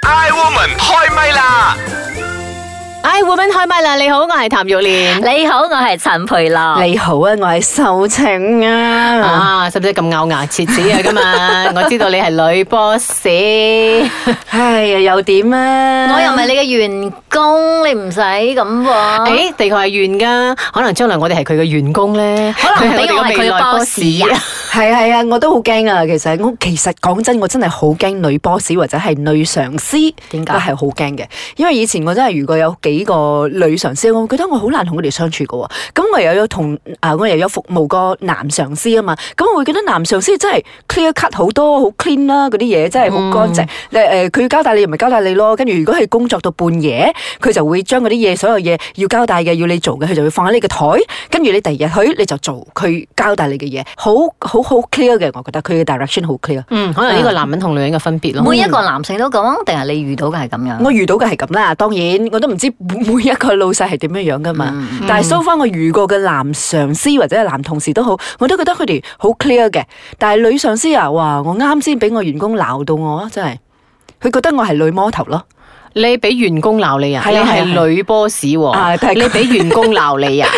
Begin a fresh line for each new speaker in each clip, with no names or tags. Iwoman 開唛啦！
哎，woman 開唛啦！你好，我係譚玉蓮。
你好，我係陳培樂。
你好啊，我係秀晴啊。
啊，使唔使咁咬牙切齒啊？今日我知道你係女 boss。
唉呀，又點啊？
我又唔係你嘅員工，你唔使咁喎。
誒，的確係員噶，可能將來我哋係佢嘅員工咧，
可能俾我係佢嘅
未來
boss 啊
係啊係啊，我都好驚啊。其實我其實講真，我真係好驚女 boss 或者係女上司。
點解
我係好驚嘅，因為以前我真係遇過有幾個女上司，我覺得我好難同佢哋相處嘅喎。咁我又有同啊，我又有服務過男上司啊嘛。咁我會覺得男上司真係 clear cut 好多，好 clean 啦，嗰啲嘢真係好乾淨。誒誒，佢要交代你咪交代你咯。跟住如果係工作到半夜，佢就會將嗰啲嘢所有嘢要交代嘅要你做嘅，佢就會放喺你嘅台。跟住你第二日去你就做佢交代你嘅嘢，好好好 clear 嘅。我覺得佢嘅 direction 好 clear。
嗯，可能呢個男人同女人嘅分別咯。
每一個男性都咁，啊定係你遇到嘅係咁樣？
我遇到嘅係咁啦，當然我都唔知每 一個老細係點樣樣噶嘛。
嗯
但係 so far 我遇過嘅男上司或者係男同事都好，我都覺得佢哋好 clear 嘅。但係女上司啊，哇！我啱先俾我員工鬧到我啊，真係佢覺得我係女魔頭咯。
你俾員工鬧你啊？你
係啊
係女 boss
啊
喎，
但係佢
哦你俾 員工鬧你啊？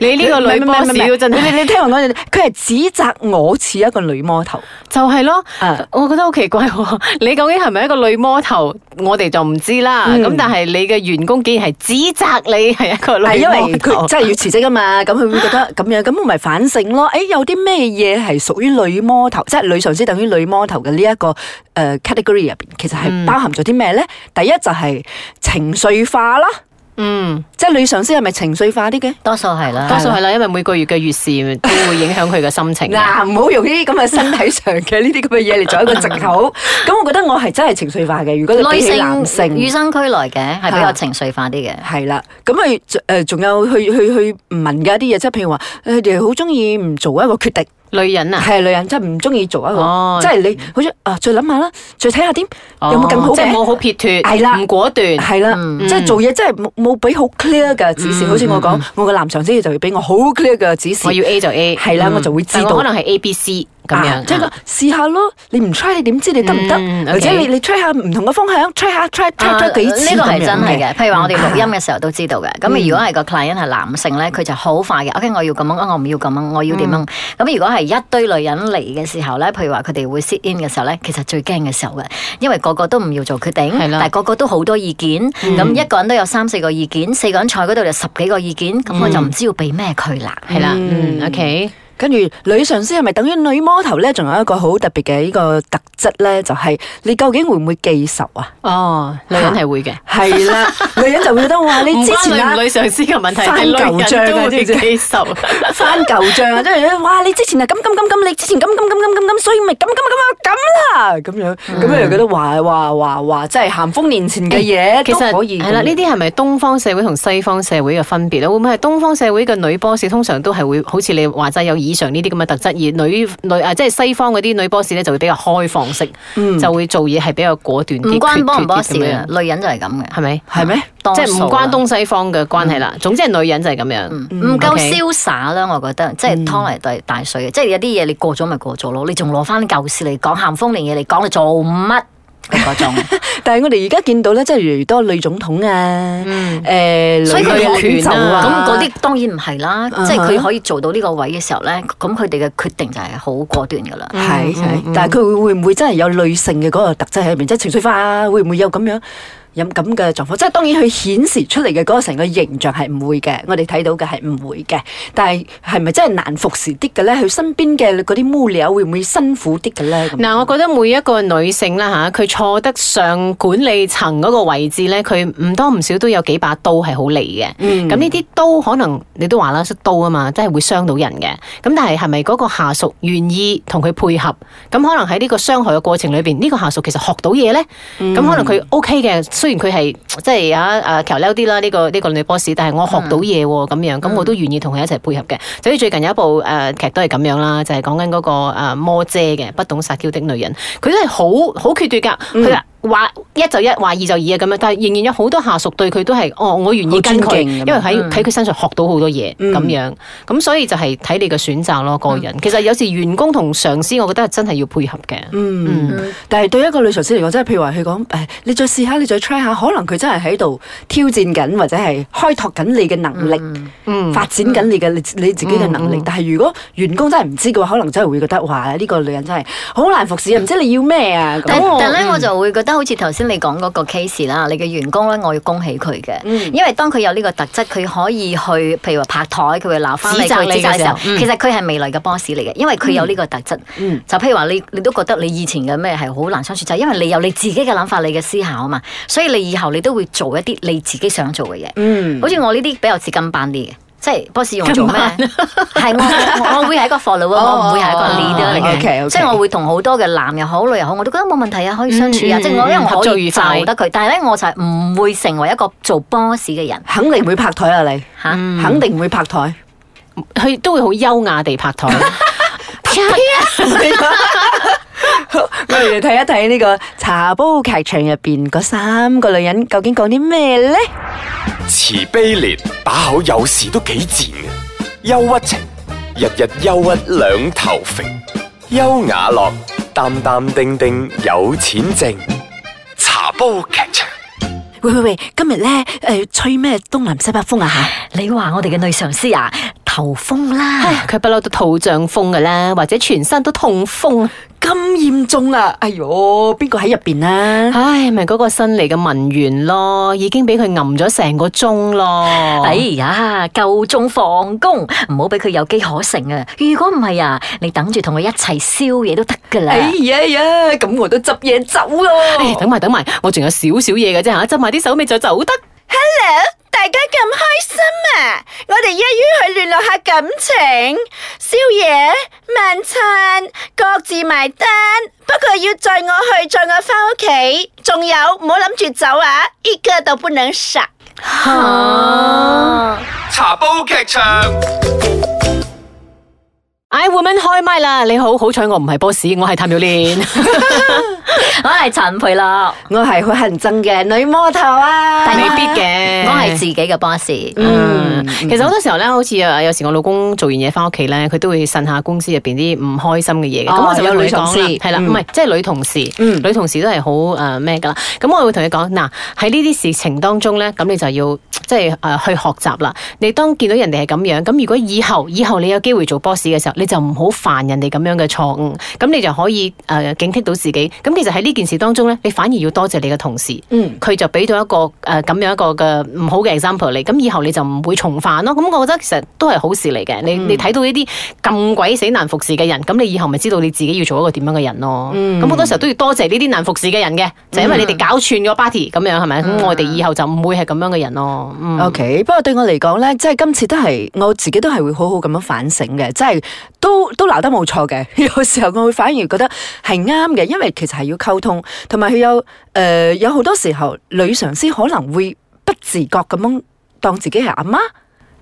你呢個女
唔係唔係唔
boss
係唔係
真係
你你聽我講，佢係指責我似一個女魔頭。
就係咯。
啊
我覺得好奇怪喎，你究竟係咪一個女魔頭？我哋就唔知啦。
嗯
咁、但係你嘅員工竟然係指責你係一個
係
女
因
魔
為
頭
佢，真係要辭職啊嘛，咁佢會覺得咁樣，咁我咪反省咯。誒、有啲咩嘢係屬於女魔頭，即係女上司等於女魔頭嘅呢一個誒、呃 category 入邊，其實係包含咗啲咩咧？第一就係情緒化啦，
嗯，
即係女上司係咪情緒化啲嘅？
多數係啦，
多數係啦，因為每個月嘅月事都會影響佢嘅心情。
嗱，唔好用呢啲咁嘅身體上嘅呢啲咁嘅嘢嚟做一個藉口。咁我覺得我係真係情緒化嘅。如果你
女
比起男
性與生
性，
俱來嘅，係比
啊
較情緒化啲嘅。
係啦，咁佢誒仲有去去去問嘅一啲嘢，即係譬如話佢哋好中意唔做一個決定。
女人啊，
係女人真係唔中意做一個，
哦
即係你好似啊，再諗下啦，再睇下點有冇更好
哦即係冇
嘅，
好撇脱，
係啦
唔果斷。
係啦，即係做嘢真係冇冇俾好 clear 嘅指示，好似我講，我個男上司就要俾我好 clear 嘅指示
我，要 A 就 A，
係啦
嗯
我就會知道
但我可能係 A、B、C 咁
啊
樣。
即係講試下咯，你唔 try 你點知你得唔
嗯
得？
，OK
或者你你 try 下唔同嘅方向，try 下 try try
啊
try 幾次
呢個係
咁樣
真係嘅，譬如話我哋錄音
嗯
嘅時候都知道嘅。咁如果係個 client 係男性咧，佢就好快嘅。OK，我要咁樣，啊我唔要咁樣，我要點樣？咁如果係一堆女人嚟嘅時候咧，譬如話佢哋會 sit in 嘅時候咧，其實最驚嘅時候嘅，因為個個都唔要做決定，
係
但
啦
係個個都好多意見，咁一個人都有三四個意見，四個人坐喺嗰度就十幾個意見，咁我就唔知要俾咩佢啦。
係啦，
嗯
嗯，OK，
跟住女上司係咪等於女魔頭咧？仲有一個好特別嘅呢個特質咧，就係你究竟會唔會記仇啊？
哦，女人係會嘅。
係啦，女人就會覺得哇，
唔
你之
關
前啊
女唔。女上司嘅問題，係
翻舊
女
帳啊
人都會
知唔知
記仇。
翻舊帳啊，即係咧，哇！你之前係咁咁咁咁，你之前咁咁咁咁咁咁，所以咪咁咁咁咁咁啦，咁樣咁你又覺得話話話話，即係咸豐年前嘅嘢
其
都
實
可以
係啦，呢啲係咪東方社會同西方社會嘅分別咧？會唔會係東方社會嘅女 boss 通常都係會好似你話齋有以上呢啲咁嘅特質，而女女啊即係西方嗰啲女 boss 咧就會比較開放式，就會做嘢係比較果斷
唔
啲，
關幫唔幫
嗯幫啊
事嘅，女人就係咁嘅，
係咪？
係咩？
多
即係
數
唔
啦
關東西方嘅關係啦。總之係女人就係咁樣，嗯
唔夠
OK
瀟灑啦，我覺得，即係湯嚟大大水嘅，即係有啲嘢你過咗咪過咗咯，你仲攞翻舊事嚟講，咸豐年嘢嚟講，你做乜嗰 種？
但係我哋而家見到咧，即係越嚟越多女總統啊，誒，
所以佢
女
女
領袖
權啊
咁
啊，
嗰啲當然唔係啦，
嗯哼
即係佢可以做到呢個位嘅時候咧，咁佢哋嘅決定就係好果斷噶
嗯
啦。
係係，但係佢會會唔會真係有女性嘅嗰個特質喺入面，即係情緒化啊？會唔會有咁樣？有咁嘅狀況，即係當然佢顯示出嚟嘅嗰個成個形象係唔會嘅，我哋睇到嘅係唔會嘅。但係係咪真係難服侍啲嘅咧？佢身邊嘅嗰啲幕僚會唔會辛苦啲嘅咧？咁
嗱，我覺得每一個女性啦吓，佢坐得上管理層嗰個位置咧，佢唔多唔少都有幾把刀係好利嘅。
嗯
咁呢啲刀可能你都話啦，刀啊嘛，真係會傷到人嘅。咁但係係咪嗰個下屬願意同佢配合？咁可能喺呢個傷害嘅過程裏邊，呢、個下屬其實學到嘢咧。咁、
嗯
可能佢 OK 嘅，雖然佢係即係啊啊求嬲啲啦，呢、個呢、個女 boss，但係我學到嘢喎咁樣，
嗯
咁我都願意同佢一齊配合嘅。就好似最近有一部誒、呃、劇都係咁樣啦，啊
嗯
就係講緊嗰個、呃、魔姐嘅《不懂撒嬌的女人》，佢都係好好決斷㗎，佢話。話一就一，話二就二啊咁樣，但係仍然有好多下屬對佢都係，哦，我願意跟
好
佢，
尊敬
因
咁樣
為喺喺佢身上學到好多嘢
嗯
咁樣，咁所以就係睇你嘅選擇咯，個人。其實有時員工同上司，我覺得真係要配合嘅。
嗯，但係對一個女上司嚟講，真係譬如話佢講誒，你再試下，你再 try 下，可能佢真係喺度挑戰緊，或者係開拓緊你嘅能力。
嗯，
發展緊你嘅你你自己嘅能力。
嗯嗯
但係如果員工真係唔知嘅話，可能真係會覺得哇呢、個女人真係好難服侍啊！唔知你要咩 啊
但
咁。
但咧，我就會覺得好似頭先你講嗰個 case 啦，你嘅員工咧，我要恭喜佢嘅，因為當佢有呢個特質，佢可以去，譬如話拍台，佢會鬧翻你，
指責
佢
你
指責嘅時候
嘅時候，嗯
其實佢係未來嘅 boss 嚟嘅，因為佢有呢個特質。
嗯
就譬如話你，你都覺得你以前嘅咩係好難相處，就係因為你有你自己嘅諗法，你嘅思考啊嘛，所以你以後你都會做一啲你自己想做嘅嘢。
嗯
好似我呢啲比較似跟班啲嘅，即係 boss 用做咩？ 係我我我會係一個 follower，我唔
哦
會係一個 leader 嚟嘅。
OK
即係我會同好多嘅男又好女又好，我都覺得冇問題啊，可以相處啊，
嗯嗯
即係我因為
嗯
我
合
可
作
以
愉
就
快
得佢，但係咧我就係唔會成為一個做 boss 嘅人
肯定唔會拍台啊你，
嚇。
嗯
肯定唔會拍台。
佢都會好優雅地拍 台。
好我哋嚟睇一睇呢個茶煲劇場入邊嗰三個女人究竟講啲咩咧？
慈悲烈把口有時都幾賤嘅，憂鬱情日日憂鬱兩頭肥，優雅樂淡淡定定有錢剩，茶煲劇場。
喂喂喂，今日咧誒吹咩東南西北風啊嚇？
你話我哋嘅女上司啊，頭風啦，
唉佢不嬲都肚脹風噶啦，或者全身都痛風。啊
咁嚴重啊！哎呦，邊個喺入邊
嗯
啊？
唉，咪嗰個新嚟嘅文員咯，已經俾佢揞咗成個鐘咯。
哎呀，夠鐘放工，唔好俾佢有機可乘啊！如果唔係啊，你等住同佢一齊宵夜都得㗎啦。
哎呀呀，咁我都執嘢走咯。
唉等埋等埋，我仲有少少嘢嘅啫吓，執埋啲手尾就走得。
大家咁開心啊！我哋一於去聯絡下感情，宵夜、晚餐，各自埋單。不過要載我去，載我返屋企。仲有，唔好諗住走啊！一個都不能少。
茶煲劇場。
I woman 開麥啦！你好，好彩我唔係 boss，我係譚妙蓮。
我係陳培樂，
我係好恨憎嘅女魔頭 啊！
但係
未必嘅，
我係自己嘅 boss。
呃嗯，其實好多時候咧，好似啊有時我老公做完嘢翻屋企咧，佢都會呻下公司入邊啲唔開心嘅嘢嘅。咁、
哦
我就會
有
同
女
佢講啦
同事
係啦，
嗯
唔係即係女同事，
嗯
女同事都係好誒咩㗎啦。咁我會同佢講嗱，喺呢啲事情當中咧，咁你就要即係誒去學習啦。你當見到人哋係咁樣，咁如果以後以後你有機會做 boss 嘅時候，你就唔好犯人哋咁樣嘅錯誤，咁你就可以誒、呃警惕到自己。咁其實喺呢件事當中咧，你反而要多謝你嘅同事。
嗯，
佢就俾到一個呃誒咁、樣一個嘅唔好嘅 example 你，咁以後你就唔會重犯咯。咁我覺得其實都係好事嚟嘅。你
嗯
你睇到呢啲咁鬼死難服侍嘅人，咁你以後咪知道你自己要做一個點樣嘅人咯。
嗯
咁好多時候都要多謝呢啲難服侍嘅人嘅，就因為你哋搞串咗 party 咁樣係咪？咁、
嗯
我哋以後就唔會係咁樣嘅人咯。嗯
OK，不過對我嚟講咧，即係今次都係我自己都係會好好咁樣反省嘅，即係都都鬧得冇錯嘅。 有時候我會反而覺得係啱嘅，因為其實係要溝通，同埋佢有誒、呃有好多時候女上司可能會不自覺咁樣當自己係阿媽。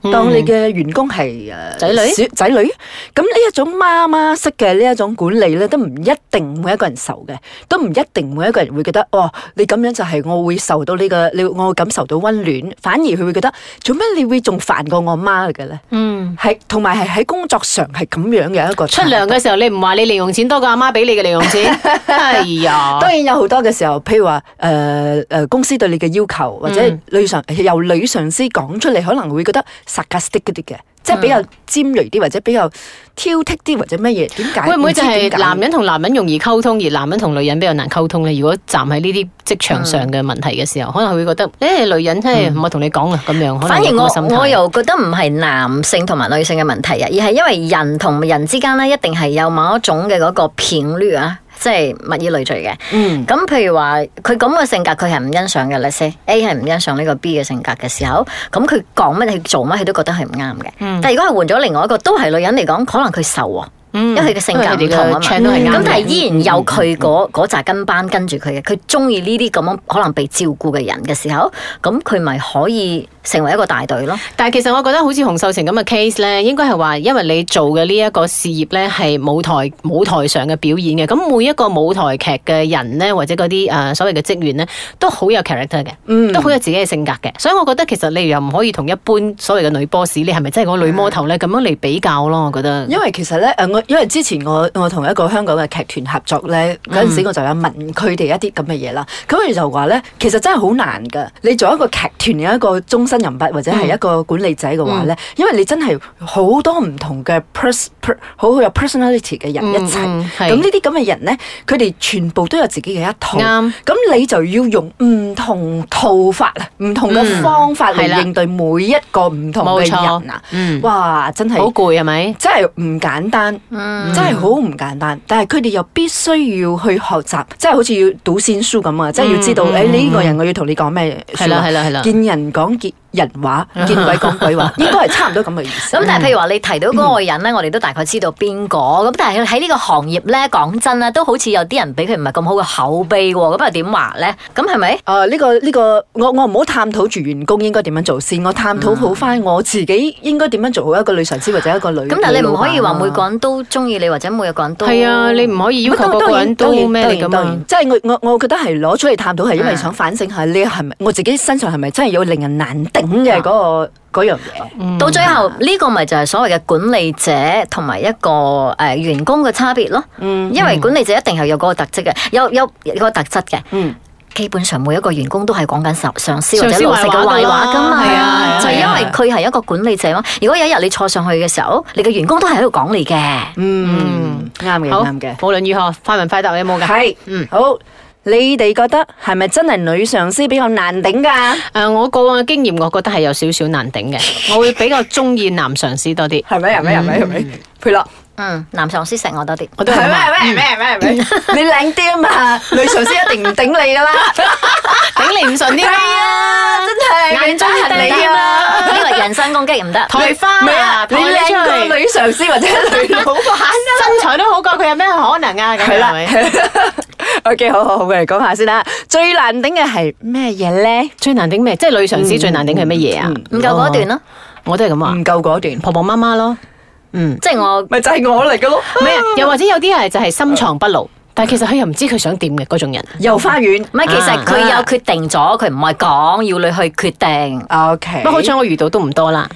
嗯
當你嘅員工係誒
仔女
小仔女，咁呢一種媽媽式嘅呢一種管理咧，都唔一定每一個人受嘅，都唔一定每一個人會覺得哦，你咁樣就係我會受到呢、個，你我會感受到温暖，反而佢會覺得做咩你會仲煩過我媽嘅咧？
嗯，
係同埋係喺工作上係咁樣嘅一個
出
態
糧
度
嘅時候你唔話你零用錢多過阿媽俾你嘅零用 錢，哎呀
當！然有好多嘅時候，譬如話誒誒公司對你嘅要求，或者
嗯
女上由女上司講出嚟，可能會覺得 sarcastic 嗰啲嘅，即係比較尖鋭啲，或者比較挑剔啲，或者乜嘢？點解？
會唔會
知
就係
點解
男人同男人容易溝通，而男人同女人比較難溝通咧？如果站喺呢啲職場上嘅問題嘅時候，可能佢會覺得，誒、女人真係唔好同你講啊，咁樣。可能
嗯反而
有咁嘅心
我
態
我又覺得唔係男性同埋女性嘅問題啊，而係因為人同人之間咧，一定係有某一種嘅嗰個頻率啊，即係物以類聚嘅。
嗯
咁譬如話佢咁嘅性格，佢係唔欣賞嘅。Let's say A 係唔欣賞呢個 B 嘅性格嘅時候，咁佢講乜佢做乜，佢都覺得係唔啱嘅。
嗯
但係如果係換咗另外一個都係女人嚟講，可能佢受喎。
嗯
因為佢嘅性格
因為
唔
佢哋
同啊
嘅
嘛，
尺都係啱嘅嗯
咁但係依然有佢嗰嗰扎跟班跟住佢嘅，佢中意呢啲咁樣可能被照顧嘅人嘅時候，咁佢咪可以成為一個大隊咯。
但係其實我覺得好似洪秀成咁嘅 case 咧，應該係話因為你做嘅呢一個事業咧係舞台舞台上嘅表演嘅，咁每一個舞台劇嘅人咧，或者嗰啲誒所謂嘅職員咧，都好有 character 嘅，
嗯
都好有自己嘅性格嘅，所以我覺得其實你又唔可以同一般所謂嘅女 boss，你係咪真係嗰個女魔頭咧咁樣嚟比較咯？我覺得。
因為其實咧，誒我因為之前我我同一個香港嘅劇團合作咧，
嗯
嗰陣時我就有問佢哋一啲咁嘅嘢啦。咁佢哋就話咧，其實真係好難㗎。你做一個劇團嘅一個終身人物或者
嗯
係一個管理者嘅話咧，因為你真係好多唔同嘅 pers per- 好好有 personality 嘅人一
嗯
齊。
嗯係
咁呢啲咁嘅人咧，佢哋全部都有自己嘅一套。
啱
咁你就要用唔同套法啊，唔同嘅方法
係嗯啦
嚟應對每一個唔同
冇
嘅
錯
人啊！
嗯
哇，真係
好攰係咪？
真係唔簡單，
嗯
嗯
真係好唔簡單。但係佢哋又必須要去學習，即係好似要讀先書咁啊！即係要知道，
嗯嗯
誒呢個人我要同你講咩
係
説
啦係
話，
啦係啦。
見人講見人 話，見鬼講鬼話，應該係差唔多咁嘅意思嗯
嗯
咁。但係譬如話你提到嗰個人咧，我哋都大概知道邊個。咁但係喺呢個行業咧，講真啊啦，都好似有啲人俾佢唔係咁好嘅口碑喎。咁又點話咧？咁係咪？
誒呃呢個呢個，我我唔好探討住員工應該點樣做先，我探
嗯
討好翻我自己應該點樣做好一個女上司或者一個女。
咁但係你唔可以話
女老闆啊
每個人都中意你，或者每個人都
係啊，你唔可以要求個
當
個
然
人
當
都
然
咩啊
當
嚟
然
㗎
當
嘛
然。即係我我我覺得係攞出嚟探討係因為
嗯
想反省下你係咪我自己身上係咪真係有令人難頂嘅嗰個嗰樣嘢？
嗯
到最後呢個咪就係所謂嘅管理者同埋一個誒、呃、員工嘅差別咯。
嗯
因為管理者一定係有嗰個特質嘅，有有有個特質嘅。
嗯
基本上每一個員工都係講緊上上司或
上
者
司
老細嘅
壞話㗎
壞
啦
話㗎嘛，
係啊
就係
係
因
啊
為佢係一個管理者咯。如果有一日你坐上去嘅時候，你嘅員工都係喺度講你嘅。
嗯，啱嘅
好，
啱嘅，
無論如何，快問快答有冇㗎？
係
嗯
好。你哋覺得係咪真係女上司比較難頂㗎？
誒、呃我過往嘅經驗，我覺得係有少少難頂 嘅，我會比較中意男上司多啲。
係咪？係咪？係咪？係咪？佩樂，
嗯，男上司錫我多啲。
我都係
係
咁啊
咪？
話
係咪？係咪？係咪？你靚啲 啊嘛，女上司一定唔頂你㗎啦。
頂 你唔順 啲啦，
啊，真係
眼中
真係
係
你
你
啊！
啊
呢個人身攻擊唔 得。
台花
唔係
啊，
啊，你
抬你出
靚
嚟，
過女上司或者女老闆。
身材都好過佢，有咩可能啊？咁
啊係
係
啦
咪？
，OK，好好好，我哋講下先啦。最難頂嘅係咩嘢咧？
最難頂咩？即係女上
嗯
司最難頂係乜嘢啊？
唔夠嗰段咯，
我都係咁話
唔，夠嗰段，
婆婆媽媽咯，嗯，
即係我
咪就係我嚟嘅咯。
唔係啊，又或者有啲係就係心藏不
啊
露，但係其實佢又唔知佢想點嘅嗰種人。啊
遊花園
唔係，其實佢有
啊
決定咗，佢唔係講，要你去決定。
，OK，
不過好彩我遇到都唔多啦。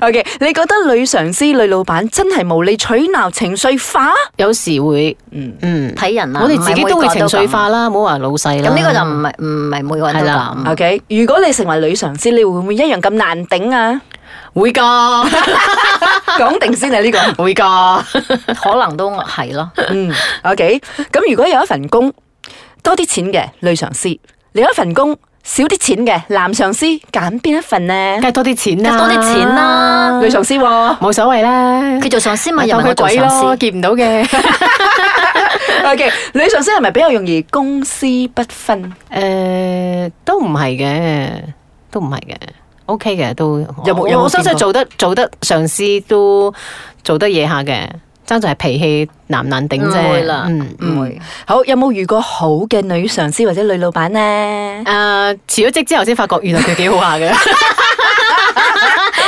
OK，你覺得女上司、女老闆真係無理取鬧、情緒化？
有時會，
嗯
嗯，
睇人啊，
我哋自己都會
唔
情
係每個
緒化啦，唔好話老細
咁。
啦。
咁呢個就唔係唔係每個人
係
都
啦
咁。
OK，如果你成為女上司，你會唔會一樣咁難頂啊？
就會 噶，
講定先啊，呢個。
會噶。
可能都係咯。
嗯，OK。咁如果有一份工多啲錢嘅女上司，另一份工少啲錢嘅男上司，揀邊一份呢？
梗係多啲錢啦，
多啲錢啦
女上司喎、
冇所謂啦。
佢做上司嘛，
當
又唔係我
佢
做
鬼
上
咯，
司。
見唔到嘅。
OK，女上司係咪比較容易公私不分？
誒，呃都唔係嘅，都唔係嘅，OK 嘅，都
有冇
我
有冇
我相
見
信做
過
得做得上司都做得嘢下嘅，爭在係脾氣難唔難頂
唔
啫。
會啦，
嗯。
唔會。
好，有冇遇過好嘅女上司或者女老闆呢？
誒，呃辭咗職之後先發覺原來佢幾好下嘅，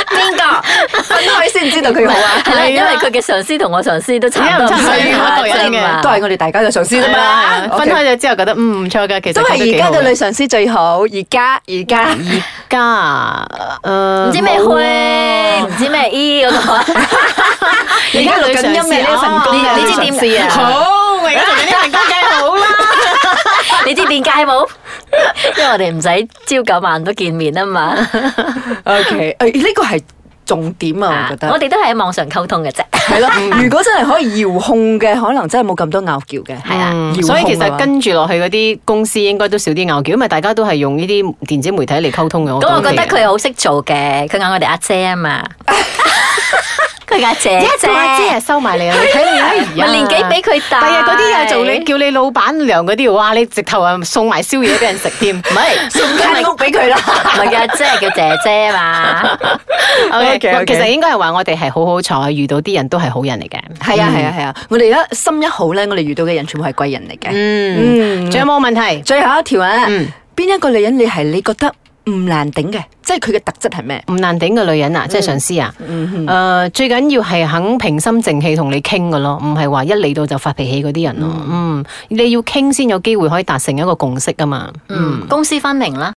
邊個？
分開先知道佢好啊，
係啦，因為佢嘅上司同我上司都差唔多
係啊唔差唔多
咁上下啫嘛
都係我哋大家嘅上司啫
係啊啦
嘛。
係啦分
啊 OK
開咗之後覺得嗯唔錯㗎，其實
都
佢
係而
幾好
家嘅女上司最好，而家而家。
而家啊誒
唔知咩
冇
灰，
哦
唔知咩 E 嗰個。
而家
錄緊音嘅呢一份工
嘅
你
女
你知
上
點
司啊
好，我而家做緊呢份工梗係好啦。
你知點解冇？ 因為我哋唔使朝九晚都見面啊嘛。
OK，誒哎呢個係重點啊，我覺嗯得。
我哋都係喺網上溝通嘅啫。
係 咯，如果真係可以遙控嘅，可能真係冇咁多拗撬嘅。
係啊。
嗯
遙控
所以其
嘅話
實跟住落去嗰啲公司應該都少啲拗撬，因為大家都係用呢啲電子媒體嚟溝通嘅。
咁我覺得
覺
佢好識做嘅，佢嗌我哋阿姐 啊嘛，佢嗌姐姐，
阿姐係收埋你啊！你睇你哎呀
咪年紀比佢大，
第日啊嗰啲又做你叫你老闆娘嗰啲，哇！你直頭啊送埋宵夜俾人食添，唔 係送
間屋俾佢啦。
唔係嘅阿姐係叫姐姐啊嘛，
O K，
OK，OK
其實應該係話我哋係好好彩，遇到啲人都係好人嚟嘅。
係啊係啊係啊！我哋而家心一好咧，我哋遇到嘅人全部係貴人嚟嘅。
嗯，仲有冇問題？
最後一條啊
嗯，
邊一個女人你係你覺得唔難頂嘅，即係佢嘅特質係咩？
唔難頂嘅女人啊，即係上司啊，
嗯
诶、最緊要係肯平心靜氣同你傾嘅咯，唔係話一嚟到就發脾氣嗰啲嗯人咯。嗯，你要傾先有機會可以達成一個共識啊嘛。
嗯，公私分明啦。